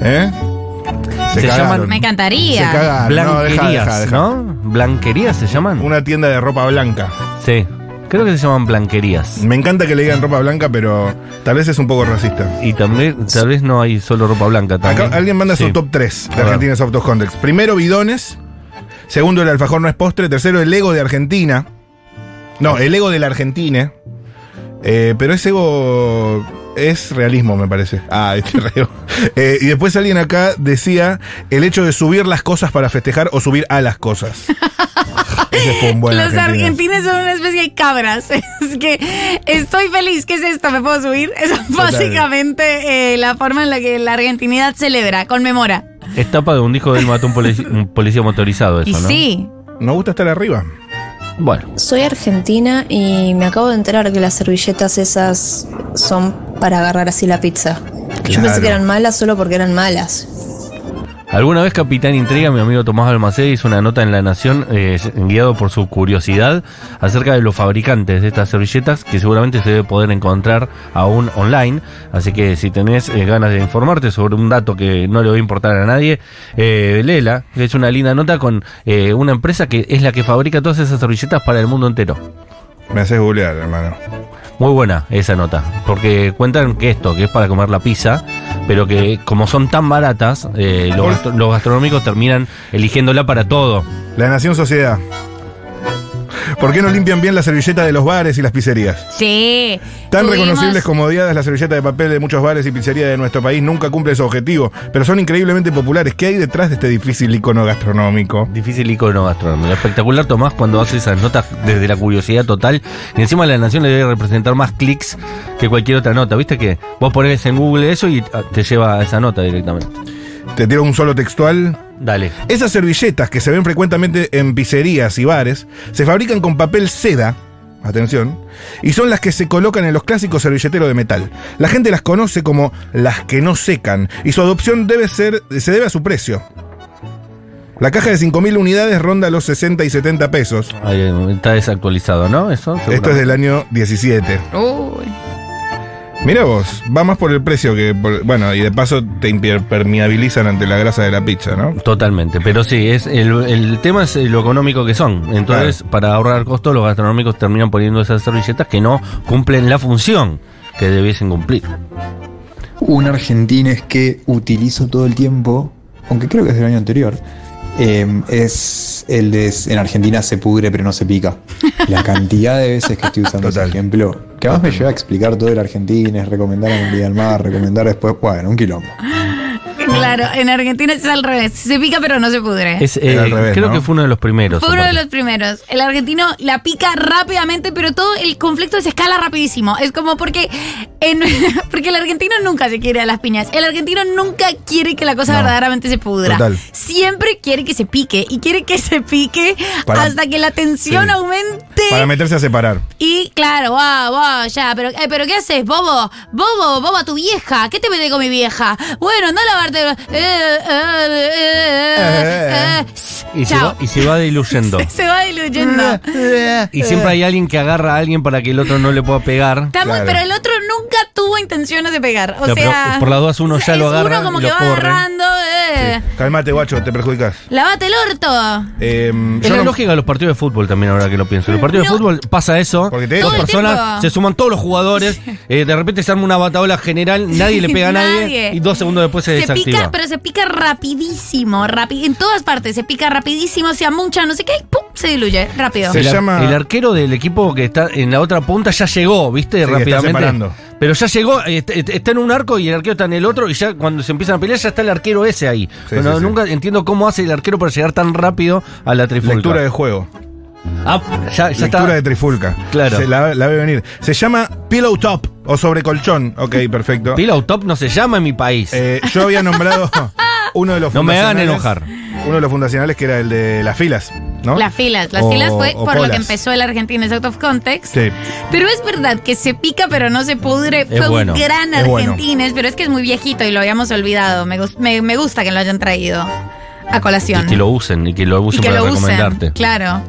[SPEAKER 3] ¿Eh?
[SPEAKER 1] Se llaman-
[SPEAKER 3] cagaron.
[SPEAKER 5] Me encantaría.
[SPEAKER 3] Se cagaron. Ah, No, deja,
[SPEAKER 1] Blanquerías,
[SPEAKER 3] deja, deja.
[SPEAKER 1] ¿no? Blanquerías se llaman.
[SPEAKER 3] Una tienda de ropa blanca.
[SPEAKER 1] Sí. Creo que se llaman blanquerías.
[SPEAKER 3] Me encanta que le digan ropa blanca, pero tal vez es un poco racista.
[SPEAKER 1] Y también, tal vez no hay solo ropa blanca
[SPEAKER 3] Acá
[SPEAKER 1] también.
[SPEAKER 3] alguien manda
[SPEAKER 1] Sí.
[SPEAKER 3] su top 3
[SPEAKER 1] A
[SPEAKER 3] de
[SPEAKER 1] ver.
[SPEAKER 3] Argentina Soft Context. Primero, bidones. Segundo, el alfajor no es postre. Tercero, el ego de Argentina. No, el ego de la Argentina. Eh, pero ese ego es realismo, me parece. [LAUGHS] Ah, este reo. Eh, y después alguien acá decía el hecho de subir las cosas para festejar o subir a
[SPEAKER 16] [LAUGHS]
[SPEAKER 3] las cosas. Ese fue un buen
[SPEAKER 5] Los
[SPEAKER 3] argentino.
[SPEAKER 5] argentinos son una especie de cabras. [LAUGHS] Es que estoy feliz. ¿Qué es esto? ¿Me puedo subir? [LAUGHS] Es básicamente eh, la forma en la que la argentinidad celebra, conmemora.
[SPEAKER 1] Es tapa de un disco del mató un, polici- un policía motorizado eso,
[SPEAKER 5] y
[SPEAKER 1] ¿no?
[SPEAKER 5] sí.
[SPEAKER 3] Nos gusta estar arriba.
[SPEAKER 1] Bueno.
[SPEAKER 16] Soy argentina y me acabo de enterar que las servilletas esas son para agarrar así la pizza. Yo
[SPEAKER 1] Claro.
[SPEAKER 16] pensé que eran malas solo porque eran malas.
[SPEAKER 1] Alguna vez Capitán Intriga, mi amigo Tomás Almacé, hizo una nota en La Nación, eh, guiado por su curiosidad, acerca de los fabricantes de estas servilletas, que seguramente se debe poder encontrar aún online. Así que si tenés eh, ganas de informarte sobre un dato que no le va a importar a nadie, eh, léela. que Es una linda nota con eh, una empresa que es la que fabrica todas esas servilletas para el mundo entero.
[SPEAKER 3] Me haces googlear, hermano.
[SPEAKER 1] Muy buena esa nota, porque cuentan que esto, que es para comer la pizza, pero que como son tan baratas, eh, los, gastro- los gastronómicos terminan eligiéndola para todo.
[SPEAKER 3] La Nación Sociedad. ¿Por qué no limpian bien la servilleta de los bares y las pizzerías?
[SPEAKER 5] Sí.
[SPEAKER 3] Tan
[SPEAKER 5] Tuvimos-
[SPEAKER 3] reconocibles como odiadas la servilleta de papel de muchos bares y pizzerías de nuestro país nunca cumple su objetivo, pero son increíblemente populares. ¿Qué hay detrás de este difícil icono gastronómico?
[SPEAKER 1] Difícil icono gastronómico. Espectacular Tomás cuando hace esas notas desde la curiosidad total. Y encima la nación le debe representar más clics que cualquier otra nota. Viste que vos ponés en Google eso y ah, te lleva a esa nota directamente.
[SPEAKER 3] Te tiro un solo textual.
[SPEAKER 1] Dale.
[SPEAKER 3] Esas servilletas que se ven frecuentemente en pizzerías y bares se fabrican con papel seda. Atención. Y son las que se colocan en los clásicos servilleteros de metal. La gente las conoce como las que no secan y su adopción debe ser, se debe a su precio. La caja de 5.000 unidades ronda los 60 y 70 pesos.
[SPEAKER 1] Ahí, eh, está desactualizado, ¿no? Eso.
[SPEAKER 3] Esto es del año 17.
[SPEAKER 5] Uy.
[SPEAKER 3] Mira vos, va más por el precio que por- Bueno, y de paso te impermeabilizan ante la grasa de la pizza, ¿no?
[SPEAKER 1] Totalmente, pero sí, es el, el tema es eh, lo económico que son. Entonces, para ahorrar costos, los gastronómicos terminan poniendo esas servilletas que no cumplen la función que debiesen cumplir.
[SPEAKER 5] ¿Eh?
[SPEAKER 17] Un argentines que utilizo todo el tiempo, aunque creo que es del año anterior, eh, es el de en Argentina se pudre pero no se
[SPEAKER 11] [LAUGHS]
[SPEAKER 17] pica. La cantidad de veces que estoy usando ese ejemplo, que además me lleva a explicar todo el argentines, recomendar a Miguel del Mar, recomendar después, bueno, un quilombo.
[SPEAKER 5] Claro, en Argentina es al revés. Se pica, pero no se pudre.
[SPEAKER 1] Es, eh,
[SPEAKER 17] Era al revés,
[SPEAKER 1] creo
[SPEAKER 17] ¿no?
[SPEAKER 1] que fue uno de los primeros.
[SPEAKER 5] Fue uno de
[SPEAKER 1] aparte.
[SPEAKER 5] los primeros. El argentino la pica rápidamente, pero todo el conflicto se escala rapidísimo. Es como porque, en- porque el argentino nunca se quiere a las piñas. El argentino nunca quiere que la cosa verdaderamente se pudra.
[SPEAKER 3] Total.
[SPEAKER 5] Siempre quiere que se pique y quiere que se pique
[SPEAKER 3] Para-
[SPEAKER 5] hasta que la tensión
[SPEAKER 3] sí.
[SPEAKER 5] aumente.
[SPEAKER 3] Para meterse a separar.
[SPEAKER 5] Y claro, wow, wow, ya, pero, eh, pero ¿qué haces, bobo? Bobo, bobo a tu vieja. ¿Qué te metes con mi vieja? Bueno, anda a lavarte. Eh, eh, eh, eh, eh.
[SPEAKER 1] Y se,
[SPEAKER 5] Chao.
[SPEAKER 1] va, y se va
[SPEAKER 5] [LAUGHS]
[SPEAKER 1] diluyendo.
[SPEAKER 5] Se va
[SPEAKER 3] [LAUGHS]
[SPEAKER 5] diluyendo.
[SPEAKER 1] y siempre hay alguien que agarra a alguien para que el otro no le pueda pegar.
[SPEAKER 5] Está muy- pero el otro nunca tuvo intenciones de pegar. O
[SPEAKER 1] No, pero
[SPEAKER 5] sea,
[SPEAKER 1] por las dudas uno ya lo
[SPEAKER 5] es
[SPEAKER 1] agarra
[SPEAKER 5] uno como
[SPEAKER 1] y
[SPEAKER 5] que
[SPEAKER 1] lo
[SPEAKER 5] va
[SPEAKER 1] corre.
[SPEAKER 5] agarrando. Eh.
[SPEAKER 3] Calmate, guacho, te perjudicas.
[SPEAKER 5] Lavate el orto.
[SPEAKER 3] Em,
[SPEAKER 1] Es
[SPEAKER 3] yo
[SPEAKER 1] la
[SPEAKER 3] no-
[SPEAKER 1] lógica de los partidos de fútbol también, ahora que lo pienso. Los partidos de fútbol pasa eso. Porque
[SPEAKER 5] te- Mm, Todo el tiempo.
[SPEAKER 1] personas, se suman todos los jugadores, eh, de repente se arma una bataola general, nadie
[SPEAKER 5] [LAUGHS]
[SPEAKER 1] le pega a nadie,
[SPEAKER 5] Nadie.
[SPEAKER 1] y dos segundos después se,
[SPEAKER 5] Se
[SPEAKER 1] desactiva.
[SPEAKER 5] pica, pero se pica rapidísimo, rapi- en todas partes, se pica rapidísimo, se amuncha, no sé qué, y pum, se diluye, rápido.
[SPEAKER 1] el, ar- el arquero del equipo que está en la otra punta ya llegó, ¿viste?
[SPEAKER 3] está
[SPEAKER 1] Rápidamente.
[SPEAKER 3] separando.
[SPEAKER 1] Pero ya llegó, eh, est- est- está en un arco y el arquero está en el otro, y ya cuando se empiezan a pelear ya está el arquero ese ahí.
[SPEAKER 3] Sí,
[SPEAKER 1] No,
[SPEAKER 3] sí, sí.
[SPEAKER 1] Nunca entiendo cómo hace el arquero para llegar tan rápido a la trifulca.
[SPEAKER 3] Lectura de juego.
[SPEAKER 1] Ah, ya, ya
[SPEAKER 3] Lectura
[SPEAKER 1] está.
[SPEAKER 3] de trifulca.
[SPEAKER 1] Claro.
[SPEAKER 3] Se la, la ve venir. Se llama Pillow Top o sobre colchón. Ok, perfecto.
[SPEAKER 1] Pillow Top no se llama en mi país.
[SPEAKER 3] Eh, yo
[SPEAKER 1] [LAUGHS]
[SPEAKER 3] había nombrado uno de los
[SPEAKER 1] No me hagan
[SPEAKER 3] fundacionales-
[SPEAKER 1] enojar.
[SPEAKER 3] Uno de los fundacionales que era el de las filas, ¿no?
[SPEAKER 5] Las filas, las
[SPEAKER 3] O-
[SPEAKER 5] filas fue
[SPEAKER 3] o
[SPEAKER 5] por lo que
[SPEAKER 3] colas.
[SPEAKER 5] empezó el argentino, es out of context.
[SPEAKER 3] Sí.
[SPEAKER 5] Pero es verdad que se pica pero no se pudre. Fue
[SPEAKER 3] bueno,
[SPEAKER 5] un gran
[SPEAKER 3] es bueno.
[SPEAKER 5] argentines, pero es que es muy viejito y lo habíamos olvidado. Me, gus- me- me gusta que lo hayan traído a colación.
[SPEAKER 1] Y que lo usen, y que lo
[SPEAKER 5] Y
[SPEAKER 1] usen
[SPEAKER 5] que
[SPEAKER 1] para
[SPEAKER 5] lo
[SPEAKER 1] recomendarte.
[SPEAKER 5] usen. Claro.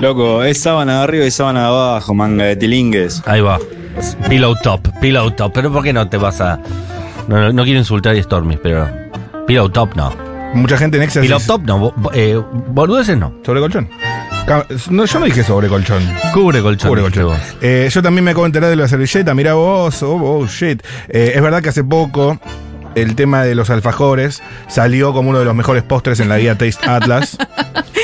[SPEAKER 11] Loco, es sábana de arriba y sábana de abajo, manga de tilingues.
[SPEAKER 1] Ahí va. Pillow Top, Pillow Top. Pero ¿por qué no te vas a.? No, no, no quiero insultar a Stormy, pero. Pillow Top no.
[SPEAKER 3] Mucha gente en Excel.
[SPEAKER 1] Pillow Top no. bo- bo- Eh, boludeces no.
[SPEAKER 3] Sobre colchón. Ca- No, yo no dije sobre colchón.
[SPEAKER 1] Cubre colchón.
[SPEAKER 3] Cubre
[SPEAKER 1] dijiste
[SPEAKER 3] colchón.
[SPEAKER 1] vos.
[SPEAKER 3] Eh, yo también me acabo de enterar de la servilleta. Mirá vos, oh, oh, shit. Eh, es verdad que hace poco el tema de los alfajores salió como uno de los mejores postres en la guía Taste
[SPEAKER 5] [LAUGHS]
[SPEAKER 3] Atlas.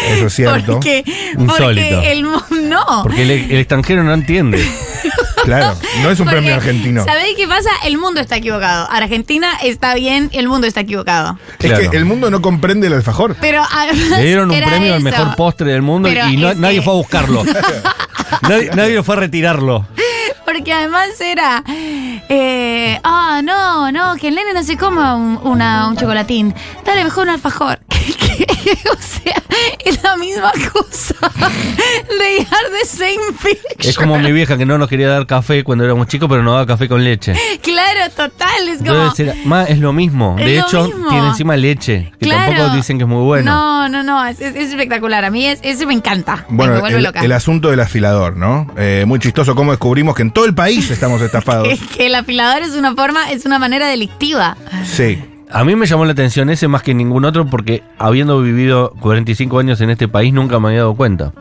[SPEAKER 3] Eso es cierto.
[SPEAKER 5] Porque,
[SPEAKER 1] Insólito.
[SPEAKER 5] porque el mu- no.
[SPEAKER 1] Porque el, el extranjero no
[SPEAKER 5] [LAUGHS]
[SPEAKER 1] entiende.
[SPEAKER 3] Claro, no es un
[SPEAKER 5] Porque,
[SPEAKER 3] premio argentino.
[SPEAKER 5] ¿Sabéis qué pasa? El mundo está equivocado. Argentina está bien, el mundo está equivocado.
[SPEAKER 3] Es
[SPEAKER 1] Claro.
[SPEAKER 3] que el mundo no comprende el alfajor.
[SPEAKER 5] Pero además
[SPEAKER 1] Le dieron un
[SPEAKER 5] era
[SPEAKER 1] premio al
[SPEAKER 5] eso.
[SPEAKER 1] mejor postre del mundo
[SPEAKER 5] Pero
[SPEAKER 1] y no-
[SPEAKER 5] es
[SPEAKER 1] nadie
[SPEAKER 5] que-
[SPEAKER 1] fue a
[SPEAKER 5] [LAUGHS]
[SPEAKER 1] buscarlo. nadie, nadie fue a retirarlo.
[SPEAKER 5] Porque además era. Eh, ah, no, no, que el nene no se coma un, una- un chocolatín. Dale mejor un alfajor. [LAUGHS] o sea, es la misma cosa. [LAUGHS] Dejar de same picture.
[SPEAKER 1] Es como mi vieja que no nos quería dar café cuando éramos chicos, pero nos daba café con leche.
[SPEAKER 5] Claro, total. Es como.
[SPEAKER 1] Entonces, era- ma, es lo mismo.
[SPEAKER 5] Es
[SPEAKER 1] De
[SPEAKER 5] lo
[SPEAKER 1] hecho,
[SPEAKER 5] mismo.
[SPEAKER 1] tiene encima leche. Que
[SPEAKER 5] Claro.
[SPEAKER 1] tampoco dicen que es muy bueno.
[SPEAKER 5] No, no, no. Es, es- es espectacular. A mí es, eso me encanta. me
[SPEAKER 3] Bueno,
[SPEAKER 5] vuelve
[SPEAKER 3] el,
[SPEAKER 5] loca. [LAUGHS]
[SPEAKER 3] el asunto del afilador, ¿no? Eh, muy chistoso cómo descubrimos que en todo el país estamos estafados.
[SPEAKER 5] [LAUGHS] Es que el afilador es una forma, es una manera delictiva.
[SPEAKER 3] Sí.
[SPEAKER 1] A mí me llamó la atención ese más que ningún otro porque habiendo vivido 45 años en este país nunca me había dado cuenta.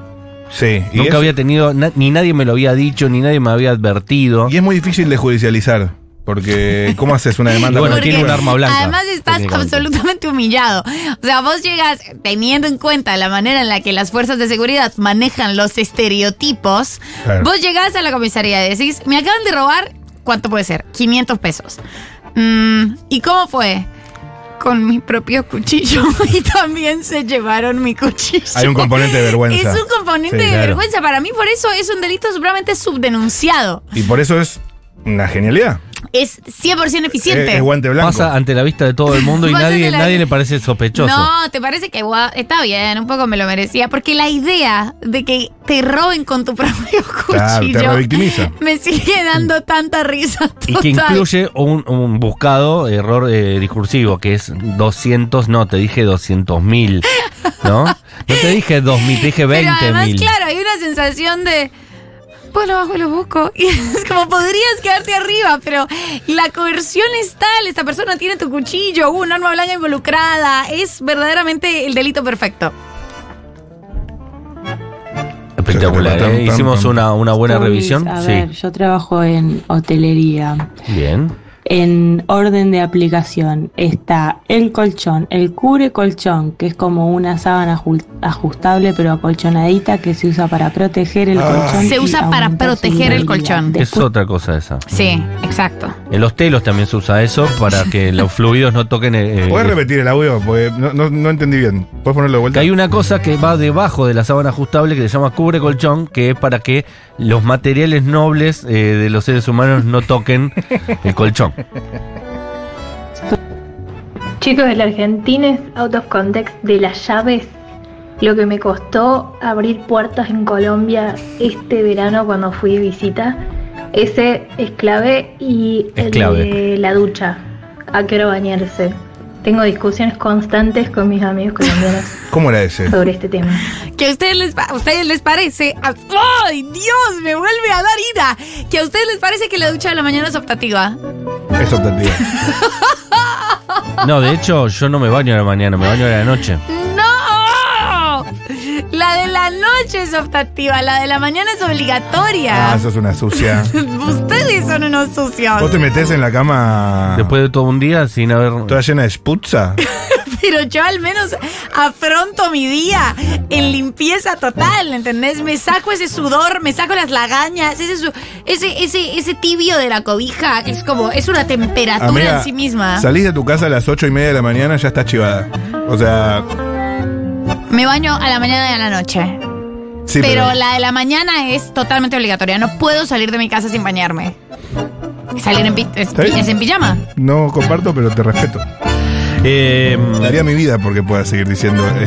[SPEAKER 3] Sí. y
[SPEAKER 1] Nunca
[SPEAKER 3] es-
[SPEAKER 1] había tenido, na- ni nadie me lo había dicho, ni nadie me había advertido.
[SPEAKER 3] Y es muy difícil de judicializar. Porque, ¿cómo haces una demanda?
[SPEAKER 5] Porque
[SPEAKER 3] cuando
[SPEAKER 5] Además estás absolutamente humillado. O sea, vos llegas teniendo en cuenta la manera en la que las fuerzas de seguridad manejan los estereotipos.
[SPEAKER 18] Claro.
[SPEAKER 5] Vos llegás a la comisaría y decís, me acaban de robar, ¿cuánto puede ser? 500 pesos. Mm, ¿Y cómo fue? Con mi propio cuchillo. [LAUGHS] y también se llevaron mi cuchillo.
[SPEAKER 3] Hay un componente de vergüenza.
[SPEAKER 5] Es un componente
[SPEAKER 3] Sí,
[SPEAKER 5] de
[SPEAKER 3] claro.
[SPEAKER 5] vergüenza. Para mí, por eso es un delito supremamente subdenunciado.
[SPEAKER 3] Y por eso es una genialidad.
[SPEAKER 5] Es 100%
[SPEAKER 1] Eh,
[SPEAKER 5] eficiente.
[SPEAKER 3] Es- es guante blanco.
[SPEAKER 1] Pasa ante la vista de todo el mundo y
[SPEAKER 5] [LAUGHS] Pasa
[SPEAKER 1] nadie,
[SPEAKER 5] ante la-
[SPEAKER 1] nadie le parece sospechoso.
[SPEAKER 5] No, ¿te parece que guau, está bien? Un poco me lo merecía. Porque la idea de que te roben con tu [LAUGHS] propio
[SPEAKER 1] Claro, te
[SPEAKER 5] cuchillo
[SPEAKER 1] revictimiza.
[SPEAKER 5] me sigue dando tanta risa. Total.
[SPEAKER 1] Y que incluye un, un buscado error eh, discursivo, que es 200, no, te dije 200 mil, ¿no?
[SPEAKER 5] [LAUGHS]
[SPEAKER 1] No te dije 2 mil, te dije
[SPEAKER 5] Pero
[SPEAKER 1] 20
[SPEAKER 5] además,
[SPEAKER 1] mil.
[SPEAKER 5] claro, hay una sensación de. Pues lo bajo y lo busco. [LAUGHS] Y es como podrías quedarte arriba, pero la coerción es tal. Esta persona tiene tu cuchillo, hubo un arma blanca involucrada. Es verdaderamente el delito perfecto.
[SPEAKER 1] Espectacular,
[SPEAKER 19] Pam,
[SPEAKER 1] ¿eh?
[SPEAKER 19] pam,
[SPEAKER 1] Hicimos
[SPEAKER 19] pam.
[SPEAKER 1] una, una buena
[SPEAKER 19] Stories,
[SPEAKER 1] revisión.
[SPEAKER 19] A
[SPEAKER 1] Sí,
[SPEAKER 19] ver, yo trabajo en hotelería.
[SPEAKER 1] bien.
[SPEAKER 19] En orden de aplicación está el colchón, el cubre colchón, que es como una sábana ju- ajustable pero acolchonadita que se usa para proteger el
[SPEAKER 3] Ah,
[SPEAKER 19] colchón.
[SPEAKER 5] Se
[SPEAKER 19] y
[SPEAKER 5] usa para
[SPEAKER 19] aumentar su
[SPEAKER 5] proteger el
[SPEAKER 19] durabilidad.
[SPEAKER 5] colchón.
[SPEAKER 1] Es otra cosa esa.
[SPEAKER 5] Sí, exacto.
[SPEAKER 1] En los telos también se usa eso para que los fluidos no toquen. eh,
[SPEAKER 3] ¿Puedes
[SPEAKER 1] eh,
[SPEAKER 3] repetir el audio? Porque no, no- no entendí bien. ¿Puedes ponerlo de
[SPEAKER 1] que
[SPEAKER 3] vuelta?
[SPEAKER 1] hay una cosa que va debajo de la sábana ajustable que se llama cubre colchón, que es para que los materiales nobles eh, de los seres humanos no toquen el colchón.
[SPEAKER 18] Chicos, el argentino es out of context de las llaves. Lo que me costó abrir puertas en Colombia este verano cuando fui de visita. Ese es clave y
[SPEAKER 1] Es
[SPEAKER 18] el
[SPEAKER 1] clave.
[SPEAKER 18] de la ducha. A qué hora bañarse. Tengo discusiones constantes con mis amigos colombianos
[SPEAKER 1] [LAUGHS]
[SPEAKER 3] ¿Cómo era ese?
[SPEAKER 18] sobre este tema.
[SPEAKER 5] Que a ustedes les, pa- a ustedes les parece. a- ¡Ay, Dios! Me vuelve a dar ida. Que a ustedes les parece que la ducha de la mañana es optativa.
[SPEAKER 3] Eso entendí.
[SPEAKER 1] No, de hecho, yo no me baño a la mañana, me baño a la noche.
[SPEAKER 5] ¡No! La de la noche es optativa, la de la mañana es
[SPEAKER 3] Ah,
[SPEAKER 5] obligatoria.
[SPEAKER 3] sos una
[SPEAKER 5] [LAUGHS]
[SPEAKER 3] sucia.
[SPEAKER 5] ustedes son unos sucios.
[SPEAKER 3] ¿Vos te metés en la cama?
[SPEAKER 1] Después de todo un día sin haber.
[SPEAKER 3] ¿Toda llena de
[SPEAKER 5] [LAUGHS]
[SPEAKER 3] sputza?
[SPEAKER 5] Pero yo al menos afronto mi día en limpieza total, ¿entendés? Me saco ese sudor, me saco las lagañas, ese, su- ese, ese, ese tibio de la cobija, que es como, es una temperatura
[SPEAKER 3] Amiga,
[SPEAKER 5] en sí misma.
[SPEAKER 3] Salís de tu casa a las ocho y media de la mañana, ya estás chivada. O sea,
[SPEAKER 5] Me baño a la mañana y a la noche.
[SPEAKER 3] sí,
[SPEAKER 5] pero,
[SPEAKER 3] pero.
[SPEAKER 5] la de la mañana es totalmente obligatoria. No puedo salir de mi casa sin bañarme. Salir en, pi- es-
[SPEAKER 3] ¿Está bien?
[SPEAKER 5] es en pijama.
[SPEAKER 1] Eh,
[SPEAKER 3] No comparto, pero te respeto. Daría mi vida porque pueda seguir diciendo esa